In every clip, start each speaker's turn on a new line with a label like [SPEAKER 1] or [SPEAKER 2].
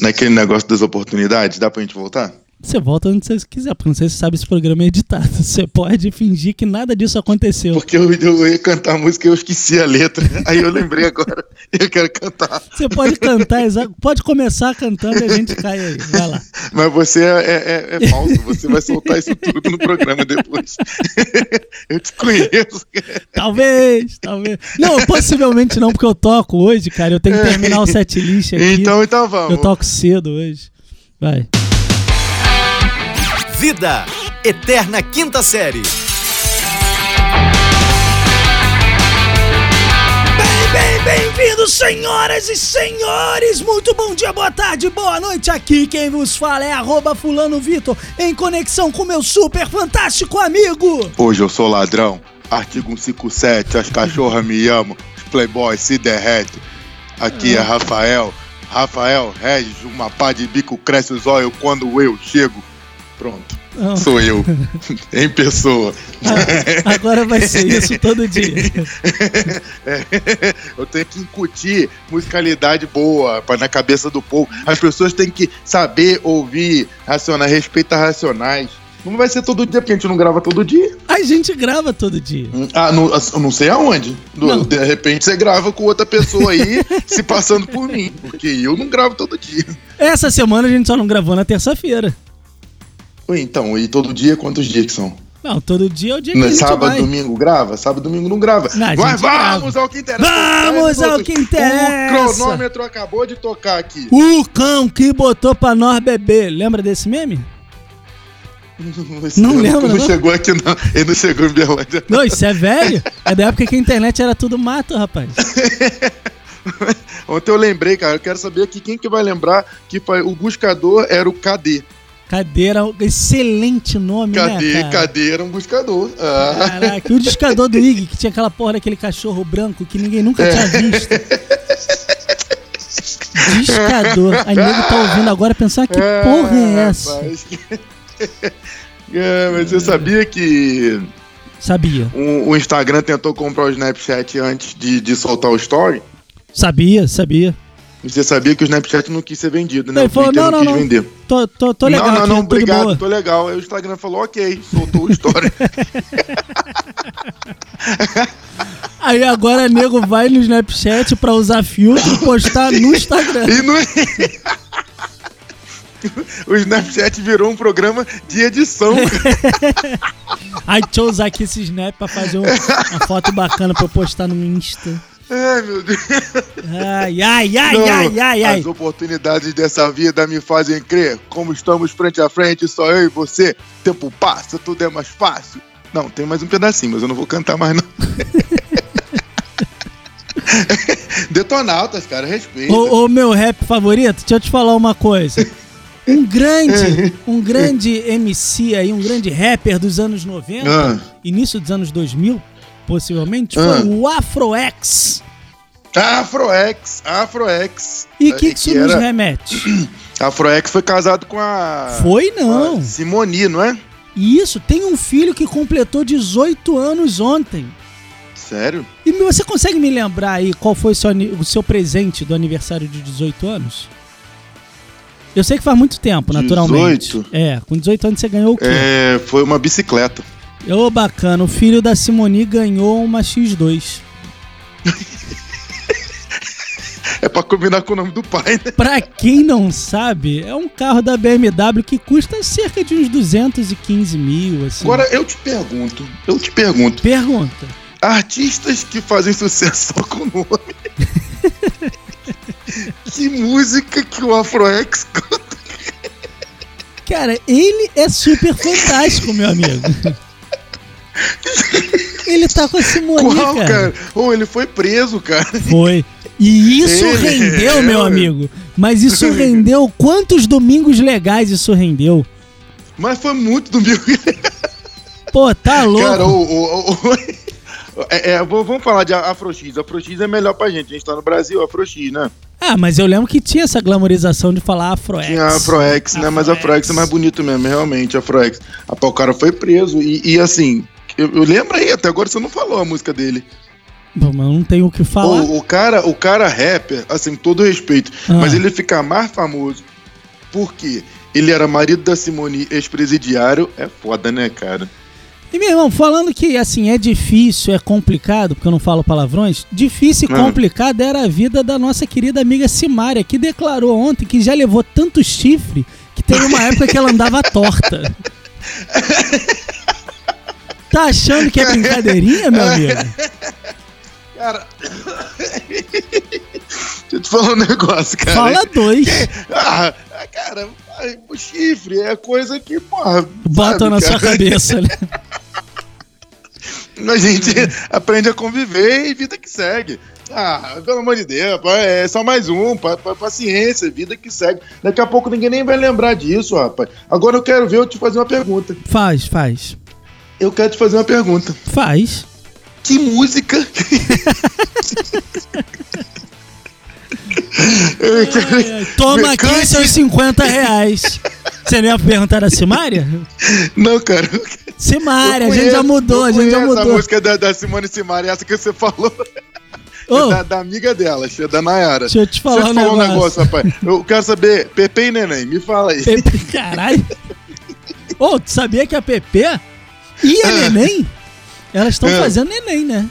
[SPEAKER 1] naquele negócio das oportunidades, dá pra gente voltar?
[SPEAKER 2] Você volta onde você quiser, porque não sei se você sabe esse programa é editado. Você pode fingir que nada disso aconteceu.
[SPEAKER 1] Porque eu, eu ia cantar a música e eu esqueci a letra. Aí eu lembrei agora e eu quero cantar.
[SPEAKER 2] Você pode cantar, exa- pode começar cantando e a gente cai aí. Vai lá.
[SPEAKER 1] Mas você é, é, é- é falso, você vai soltar isso tudo no programa depois. eu te conheço.
[SPEAKER 2] Talvez, talvez. Não, possivelmente não, porque eu toco hoje, cara. Eu tenho que terminar o set list aqui.
[SPEAKER 1] Então, então vamos.
[SPEAKER 2] Eu toco cedo hoje. Vai.
[SPEAKER 3] Vida, Eterna Quinta Série.
[SPEAKER 2] Bem, bem-vindos, senhoras e senhores! Muito bom dia, boa tarde, boa noite! Aqui quem vos fala é arroba fulano Vitor, em conexão com meu super fantástico amigo!
[SPEAKER 1] Hoje eu sou ladrão. Artigo 157, as cachorras me amam. Os playboys se derretem. Aqui é Rafael. Rafael Regis, uma pá de bico cresce os olhos quando eu chego. Pronto,
[SPEAKER 2] Ah,
[SPEAKER 1] sou eu. em pessoa.
[SPEAKER 2] ah, agora vai ser isso todo dia.
[SPEAKER 1] Eu tenho que incutir musicalidade boa pra- na cabeça do povo. As pessoas têm que saber ouvir, racionais, respeitar racionais. Não vai ser todo dia, porque a gente não grava todo dia.
[SPEAKER 2] A gente grava todo dia.
[SPEAKER 1] Ah, não, eu não sei aonde. Do-
[SPEAKER 2] Não.
[SPEAKER 1] De repente você grava com outra pessoa aí, se passando por mim. Porque eu não gravo todo dia.
[SPEAKER 2] Essa semana a gente só não gravou na terça-feira.
[SPEAKER 1] Ué, então, e todo dia quantos dias que são?
[SPEAKER 2] Não, todo dia é o dia que a
[SPEAKER 1] Né,
[SPEAKER 2] gente
[SPEAKER 1] Sábado,
[SPEAKER 2] vai.
[SPEAKER 1] domingo grava? Sábado, domingo não grava.
[SPEAKER 2] Não, a
[SPEAKER 1] Mas
[SPEAKER 2] gente
[SPEAKER 1] vamos ao que interessa.
[SPEAKER 2] Vamos ao que interessa.
[SPEAKER 1] O cronômetro acabou de tocar aqui.
[SPEAKER 2] O cão que botou pra nós beber. Lembra desse meme? Não lembro,
[SPEAKER 1] Não
[SPEAKER 2] não?
[SPEAKER 1] chegou aqui, não. Ele não chegou em Berlândia.
[SPEAKER 2] Não, isso é velho. É da época que a internet era tudo mato, rapaz.
[SPEAKER 1] Ontem eu lembrei, cara. Eu quero saber aqui quem que vai lembrar que foi- o buscador era o KD.
[SPEAKER 2] Cadeira, excelente nome,
[SPEAKER 1] KD,
[SPEAKER 2] né, cara?
[SPEAKER 1] KD era um buscador. Ah.
[SPEAKER 2] Caraca, e o discador do Ig, que tinha aquela porra daquele cachorro branco que ninguém nunca
[SPEAKER 1] É.
[SPEAKER 2] tinha visto. Discador. A nego tá ouvindo agora pensar que porra é essa?
[SPEAKER 1] rapaz. É, mas você sabia que
[SPEAKER 2] Sabia.
[SPEAKER 1] o, o Instagram tentou comprar o Snapchat antes de, de soltar o Story?
[SPEAKER 2] Sabia, sabia.
[SPEAKER 1] E Você sabia que o Snapchat não quis ser vendido, né?
[SPEAKER 2] Ele
[SPEAKER 1] o
[SPEAKER 2] falou,
[SPEAKER 1] Twitter
[SPEAKER 2] não, não,
[SPEAKER 1] quis
[SPEAKER 2] não.
[SPEAKER 1] vender.
[SPEAKER 2] Tô, tô, tô legal
[SPEAKER 1] não, não,
[SPEAKER 2] aqui,
[SPEAKER 1] não,
[SPEAKER 2] tudo boa.
[SPEAKER 1] obrigado, tô legal. Aí o Instagram falou, ok, soltou o Story.
[SPEAKER 2] Aí agora nego vai no Snapchat pra usar filtro e postar no Instagram.
[SPEAKER 1] E no... o Snapchat virou um programa de edição.
[SPEAKER 2] Aí deixa eu usar aqui esse Snap pra fazer um- uma foto bacana pra eu postar no Insta.
[SPEAKER 1] ai, meu Deus.
[SPEAKER 2] Ai, ai, ai,
[SPEAKER 1] Não,
[SPEAKER 2] ai, ai, ai.
[SPEAKER 1] As oportunidades dessa vida me fazem crer. Como estamos frente a frente, só eu e você. Tempo passa, tudo é mais fácil. Não, tem mais um pedacinho, mas eu não vou cantar mais, não. Detonautas, cara, respeita.
[SPEAKER 2] Ô, ô, meu rap favorito, deixa eu te falar uma coisa. Um grande, um grande MC aí, um grande rapper dos anos 90,
[SPEAKER 1] Ah.
[SPEAKER 2] início dos anos 2000, possivelmente,
[SPEAKER 1] Ah.
[SPEAKER 2] foi o Afroex.
[SPEAKER 1] Afroex, Afroex.
[SPEAKER 2] E
[SPEAKER 1] É,
[SPEAKER 2] o que, né? que isso nos
[SPEAKER 1] era- Ah,
[SPEAKER 2] remete?
[SPEAKER 1] Afroex foi casado com a.
[SPEAKER 2] Foi
[SPEAKER 1] com a
[SPEAKER 2] não.
[SPEAKER 1] Simoni, não é?
[SPEAKER 2] E isso, tem um filho que completou 18 anos ontem.
[SPEAKER 1] Sério?
[SPEAKER 2] E me- você consegue me lembrar aí qual foi o seu, ani- o seu presente do aniversário de 18 anos? Eu sei que faz muito tempo, naturalmente.
[SPEAKER 1] 18?
[SPEAKER 2] É, com 18 anos você ganhou o quê?
[SPEAKER 1] É, foi uma bicicleta.
[SPEAKER 2] Ô, bacana, o filho da Simoni ganhou uma X2.
[SPEAKER 1] É pra combinar com o nome do pai, né?
[SPEAKER 2] Pra quem não sabe, é um carro da BMW que custa cerca de uns 215 mil, assim.
[SPEAKER 1] Agora eu te pergunto, eu te pergunto,
[SPEAKER 2] Pergunta.
[SPEAKER 1] artistas que fazem sucesso só com nome. que música que o Afroex canta?
[SPEAKER 2] Cara, ele é super fantástico, meu amigo. Ele tá com a Simoni,
[SPEAKER 1] Qual, cara? Ou ele foi preso, cara.
[SPEAKER 2] Foi. E isso
[SPEAKER 1] Ele-
[SPEAKER 2] rendeu,
[SPEAKER 1] é,
[SPEAKER 2] meu
[SPEAKER 1] ué.
[SPEAKER 2] amigo. Mas isso rendeu. Quantos domingos legais isso rendeu?
[SPEAKER 1] Mas foi muito do meu.
[SPEAKER 2] Pô, tá louco.
[SPEAKER 1] Cara, o. o- o- É, é, v- vamos falar de Afrox. Afrox é melhor pra gente. A gente tá no Brasil, Afrox, né?
[SPEAKER 2] Ah, mas eu lembro que tinha essa glamorização de falar afroex.
[SPEAKER 1] Tinha Afroex, né? Mas Afroex é mais bonito mesmo, realmente, Afroex. Ah, pô, O cara foi preso e, e assim. Eu, eu lembro aí, até agora você não falou a música dele.
[SPEAKER 2] Pô, mas eu não tenho o que falar.
[SPEAKER 1] O, o cara, o cara rapper, assim, com todo respeito,
[SPEAKER 2] Ah.
[SPEAKER 1] mas ele fica mais famoso Porque ele era marido da Simone, ex-presidiário. É foda, né, cara?
[SPEAKER 2] E meu irmão, falando que assim é difícil, é complicado, porque eu não falo palavrões, difícil e
[SPEAKER 1] Ah.
[SPEAKER 2] complicada era a vida da nossa querida amiga Simária, que declarou ontem que já levou tanto chifre que teve uma época que ela andava torta. Tá achando que é brincadeirinha, meu amigo?
[SPEAKER 1] Cara. Deixa eu te falar um negócio, cara.
[SPEAKER 2] Fala dois.
[SPEAKER 1] Ah, cara, ai, o chifre é coisa que, porra.
[SPEAKER 2] Bota
[SPEAKER 1] sabe, é?
[SPEAKER 2] na
[SPEAKER 1] cara?
[SPEAKER 2] sua cabeça, né?
[SPEAKER 1] A gente aprende a conviver e vida que segue. Ah, pelo amor de Deus, pá, é só mais um, pá, pá, paciência, vida que segue. Daqui a pouco ninguém nem vai lembrar disso, rapaz. Agora eu quero ver eu te fazer uma pergunta.
[SPEAKER 2] Faz, faz.
[SPEAKER 1] Eu quero te fazer uma pergunta.
[SPEAKER 2] Faz.
[SPEAKER 1] Que é música? Eu quero-
[SPEAKER 2] Toma
[SPEAKER 1] Me
[SPEAKER 2] aqui
[SPEAKER 1] cante.
[SPEAKER 2] seus 50 reais. Você não ia perguntar a Simária?
[SPEAKER 1] Não, cara.
[SPEAKER 2] Simária,
[SPEAKER 1] eu
[SPEAKER 2] a gente já
[SPEAKER 1] conheço-
[SPEAKER 2] mudou,
[SPEAKER 1] eu
[SPEAKER 2] a gente já
[SPEAKER 1] conheço A
[SPEAKER 2] mudou.
[SPEAKER 1] música da, da Simone Simari, essa que você falou.
[SPEAKER 2] Ô,
[SPEAKER 1] é Da, da amiga dela, é da Nayara.
[SPEAKER 2] Ah. Deixa eu te falar
[SPEAKER 1] Deixa eu
[SPEAKER 2] um
[SPEAKER 1] te falar um
[SPEAKER 2] negócio.
[SPEAKER 1] negócio, rapaz. Eu quero saber, Pepe e Neném, me fala aí.
[SPEAKER 2] Pepe, caralho. Ô, tu sabia que a Pepe é? e a
[SPEAKER 1] Ah.
[SPEAKER 2] Neném, elas estão
[SPEAKER 1] Ah.
[SPEAKER 2] fazendo Neném, né?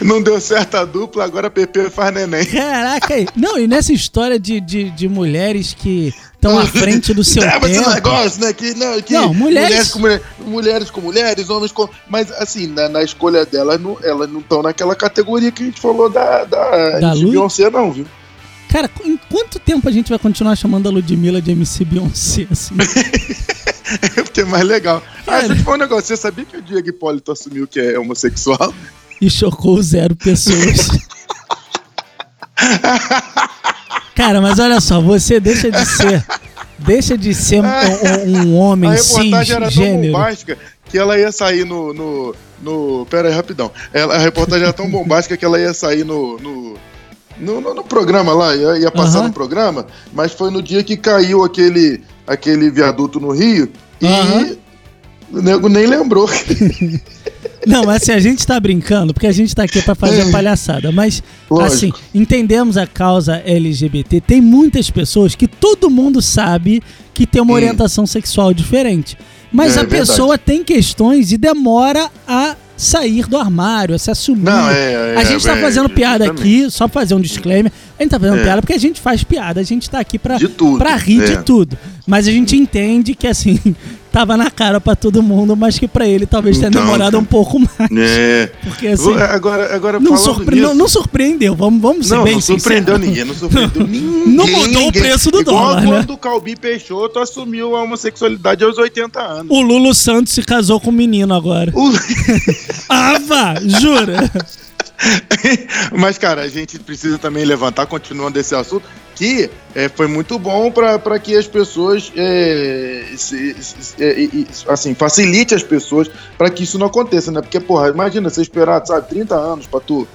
[SPEAKER 1] Não deu certo a dupla, agora Pepe faz Neném.
[SPEAKER 2] Caraca, aí. não, e nessa história de, de, de mulheres que estão à frente do seu
[SPEAKER 1] Leva esse
[SPEAKER 2] tempo...
[SPEAKER 1] negócio, né? Que, não, que
[SPEAKER 2] Não, mulheres-
[SPEAKER 1] com mulheres, mulheres com mulheres, homens com. Mas assim, na, na escolha delas, não, elas não estão naquela categoria que a gente falou da, da,
[SPEAKER 2] Da
[SPEAKER 1] de
[SPEAKER 2] Lu?
[SPEAKER 1] Beyoncé, não, viu?
[SPEAKER 2] Cara, em quanto tempo a gente vai continuar chamando a Ludmilla de MC Beyoncé, assim?
[SPEAKER 1] Porque é mais legal. Ah,
[SPEAKER 2] Cara.
[SPEAKER 1] deixa eu te falar um negócio. Você sabia que o Diego Hipólito assumiu que é homossexual?
[SPEAKER 2] e chocou zero pessoas. Cara, mas olha só, você deixa de ser. Deixa de ser um, um- um
[SPEAKER 1] a
[SPEAKER 2] homem cis,
[SPEAKER 1] reportagem era tão
[SPEAKER 2] gênero.
[SPEAKER 1] bombástica que ela ia sair no. no, no- pera aí, rapidão. Ela- a reportagem era tão bombástica que ela ia sair no. no no, no- no programa lá, ia, ia passar
[SPEAKER 2] Aham.
[SPEAKER 1] no programa, mas foi no dia que caiu aquele, aquele viaduto no Rio e
[SPEAKER 2] Aham.
[SPEAKER 1] o nego nem lembrou.
[SPEAKER 2] Não, mas assim, a gente tá brincando, porque a gente tá aqui pra fazer palhaçada. Mas,
[SPEAKER 1] É. Lógico.
[SPEAKER 2] assim, entendemos a causa LGBT. Tem muitas pessoas que todo mundo sabe que tem uma
[SPEAKER 1] Hum.
[SPEAKER 2] orientação sexual diferente. Mas
[SPEAKER 1] É,
[SPEAKER 2] a
[SPEAKER 1] é verdade.
[SPEAKER 2] pessoa tem questões e demora a sair do armário, a se assumir.
[SPEAKER 1] Não, é, é,
[SPEAKER 2] a gente tá
[SPEAKER 1] é,
[SPEAKER 2] fazendo piada
[SPEAKER 1] justamente.
[SPEAKER 2] aqui, só pra fazer um disclaimer. A gente tá fazendo
[SPEAKER 1] É.
[SPEAKER 2] piada porque a gente faz piada, a gente tá aqui pra,
[SPEAKER 1] De tudo,
[SPEAKER 2] pra rir
[SPEAKER 1] é.
[SPEAKER 2] de tudo. Mas a gente entende que, assim, tava na cara pra todo mundo, mas que pra ele talvez tenha
[SPEAKER 1] Então,
[SPEAKER 2] demorado
[SPEAKER 1] cara.
[SPEAKER 2] um pouco mais.
[SPEAKER 1] É.
[SPEAKER 2] Porque, assim,
[SPEAKER 1] agora, agora
[SPEAKER 2] não,
[SPEAKER 1] falando
[SPEAKER 2] surpre-
[SPEAKER 1] nisso-
[SPEAKER 2] não, não surpreendeu, vamos, vamos ser
[SPEAKER 1] Não,
[SPEAKER 2] bem
[SPEAKER 1] não surpreendeu
[SPEAKER 2] sinceros.
[SPEAKER 1] ninguém, não surpreendeu ninguém.
[SPEAKER 2] Não mudou o
[SPEAKER 1] ninguém.
[SPEAKER 2] preço do
[SPEAKER 1] Igual
[SPEAKER 2] dólar, né?
[SPEAKER 1] quando o Calbi Peixoto assumiu a homossexualidade aos 80 anos.
[SPEAKER 2] O Lulu Santos se casou com um menino agora.
[SPEAKER 1] O-
[SPEAKER 2] Ava, jura?
[SPEAKER 1] Mas, cara, a gente precisa também levantar, continuando esse assunto, que é, foi muito bom para que as pessoas, é, se- se- é, e- e, assim, facilite as pessoas para que isso não aconteça, né? Porque, porra, imagina você esperar, sabe, 30 anos para tu,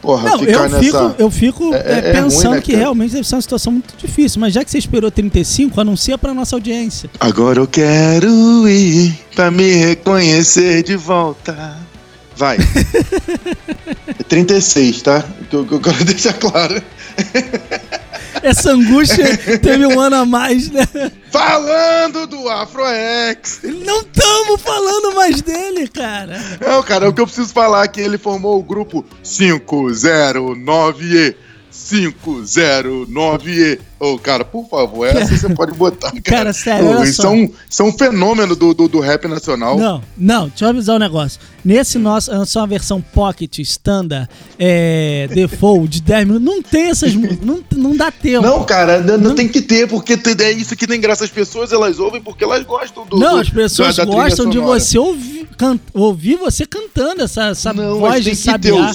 [SPEAKER 1] porra,
[SPEAKER 2] Não,
[SPEAKER 1] ficar
[SPEAKER 2] eu
[SPEAKER 1] nessa...
[SPEAKER 2] fico, eu fico
[SPEAKER 1] É-
[SPEAKER 2] é,
[SPEAKER 1] é- é
[SPEAKER 2] pensando
[SPEAKER 1] ruim, né,
[SPEAKER 2] que
[SPEAKER 1] cara?
[SPEAKER 2] realmente deve ser uma situação muito difícil, mas já que você esperou 35, anuncia pra nossa audiência.
[SPEAKER 1] Agora eu quero ir pra me reconhecer de volta. Vai. É 36, tá? Que eu, que eu quero deixar claro.
[SPEAKER 2] Essa angústia teve um ano a mais, né?
[SPEAKER 1] Falando do Afroex!
[SPEAKER 2] Não tamo falando mais dele, cara.
[SPEAKER 1] Não, cara, o que eu preciso falar é que ele formou o grupo 509E. 509E. Ô, cara, por favor, essa você pode botar, cara.
[SPEAKER 2] Cara, sério, olha
[SPEAKER 1] isso,
[SPEAKER 2] só.
[SPEAKER 1] É um, isso é um fenômeno do, do, do rap nacional.
[SPEAKER 2] Não, não, deixa eu avisar um negócio. Nesse nosso, é só uma versão pocket, standard, é, default, de 10 minutos, não tem essas mu- não, não dá tempo.
[SPEAKER 1] Não, cara, não,
[SPEAKER 2] Não.
[SPEAKER 1] não tem que ter, porque te- é isso que tem graça. As pessoas elas ouvem porque elas gostam do.
[SPEAKER 2] Não,
[SPEAKER 1] do-
[SPEAKER 2] as pessoas
[SPEAKER 1] da- da trilha
[SPEAKER 2] gostam de
[SPEAKER 1] sonora.
[SPEAKER 2] você ouvir, can- ouvir você cantando essa, essa
[SPEAKER 1] Não,
[SPEAKER 2] voz
[SPEAKER 1] mas tem
[SPEAKER 2] de
[SPEAKER 1] que ter
[SPEAKER 2] sabiá.
[SPEAKER 1] o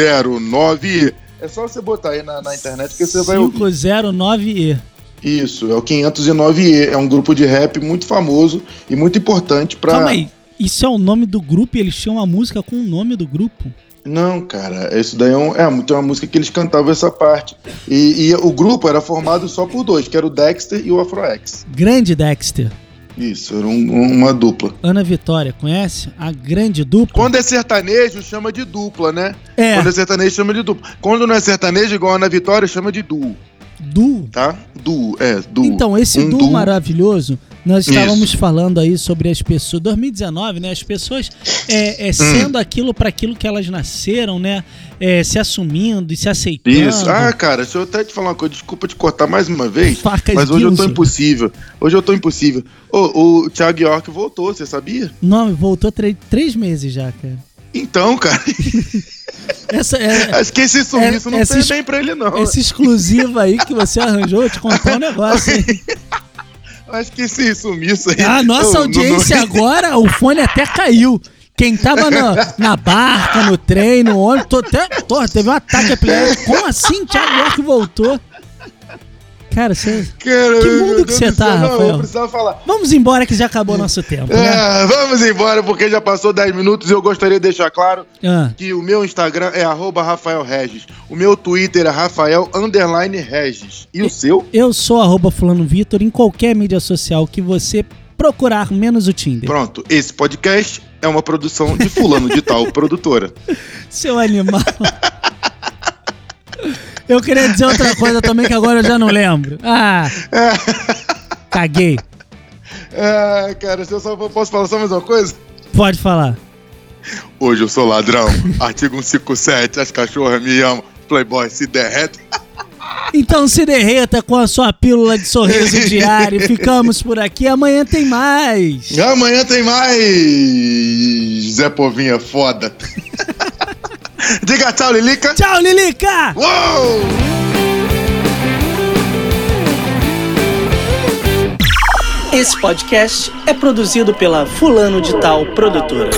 [SPEAKER 1] 509. É só você botar aí na, na internet que você vai ouvir.
[SPEAKER 2] 509E.
[SPEAKER 1] Isso, é o 509E. É um grupo de rap muito famoso e muito importante pra.
[SPEAKER 2] Calma aí. Isso é o nome do grupo e eles tinham uma música com o nome do grupo?
[SPEAKER 1] Não, cara, isso daí é, um, é tem uma música que eles cantavam essa parte. E, e o grupo era formado só por dois, que era o Dexter e o Afroex.
[SPEAKER 2] Grande Dexter.
[SPEAKER 1] Isso, era um- uma dupla.
[SPEAKER 2] Ana Vitória, conhece? A grande dupla.
[SPEAKER 1] Quando é sertanejo, chama de dupla, né?
[SPEAKER 2] É.
[SPEAKER 1] Quando é sertanejo, chama de dupla. Quando não é sertanejo, igual a Ana Vitória, chama de duo,
[SPEAKER 2] Duo.
[SPEAKER 1] tá? Duo, é, duo.
[SPEAKER 2] Então, esse
[SPEAKER 1] um
[SPEAKER 2] duo, maravilhoso, nós
[SPEAKER 1] Isso.
[SPEAKER 2] estávamos falando aí sobre as pessoas. 2019, né? As pessoas
[SPEAKER 1] Hum.
[SPEAKER 2] é, é, sendo aquilo para aquilo que elas nasceram, né? É, se assumindo e se aceitando.
[SPEAKER 1] Isso. Ah, cara, deixa eu até te falar uma coisa. Desculpa te cortar mais uma vez.
[SPEAKER 2] Facas
[SPEAKER 1] mas hoje eu tô
[SPEAKER 2] Guilson.
[SPEAKER 1] impossível. Hoje eu tô impossível. Ô, o Thiago York voltou, você sabia?
[SPEAKER 2] Não, voltou tre- três meses já, cara.
[SPEAKER 1] Então, cara,
[SPEAKER 2] Essa é.
[SPEAKER 1] acho que esse sumiço
[SPEAKER 2] É,
[SPEAKER 1] não
[SPEAKER 2] essa
[SPEAKER 1] fez
[SPEAKER 2] es-
[SPEAKER 1] bem pra ele, não.
[SPEAKER 2] Esse exclusivo aí que você arranjou, eu te contar um negócio. hein?
[SPEAKER 1] Acho que esse sumiço aí.
[SPEAKER 2] A
[SPEAKER 1] Não,
[SPEAKER 2] Ah, nossa
[SPEAKER 1] não-
[SPEAKER 2] audiência agora, o fone até caiu. Quem tava na, na barca, no trem, no ônibus, tô até, tô, teve um ataque epilético. Como assim? Thiago York voltou. Cara, você...
[SPEAKER 1] não- Cara,
[SPEAKER 2] Que
[SPEAKER 1] meu
[SPEAKER 2] mundo que
[SPEAKER 1] Deus
[SPEAKER 2] você
[SPEAKER 1] do
[SPEAKER 2] tá,
[SPEAKER 1] céu, não,
[SPEAKER 2] Rafael?
[SPEAKER 1] Eu precisava falar.
[SPEAKER 2] Vamos embora que já acabou nosso tempo, né?
[SPEAKER 1] É, vamos embora, porque já passou 10 minutos e eu gostaria de deixar claro
[SPEAKER 2] Ah,
[SPEAKER 1] que o meu Instagram é arroba Rafael Regis. O meu Twitter é Rafael underline Regis. E o seu?
[SPEAKER 2] eu sou arroba fulano Vitor em qualquer mídia social que você procurar, menos o Tinder.
[SPEAKER 1] Pronto, esse podcast é uma produção de fulano de tal produtora.
[SPEAKER 2] Seu animal. Eu queria dizer outra coisa também que agora eu já não lembro. Ah, caguei.
[SPEAKER 1] É, cara, se eu só posso falar só mais uma coisa?
[SPEAKER 2] Pode falar.
[SPEAKER 1] Hoje eu sou ladrão. Artigo 157, as cachorras me amam. Playboy se derrete.
[SPEAKER 2] Então se derreta com a sua pílula de sorriso diário. Ficamos por aqui. Amanhã tem mais.
[SPEAKER 1] Amanhã tem mais! Zé Povinha foda. Diga tchau, Lilica.
[SPEAKER 2] Tchau, Lilica!
[SPEAKER 1] Uou!
[SPEAKER 4] Esse podcast é produzido pela Fulano de Tal Produtora.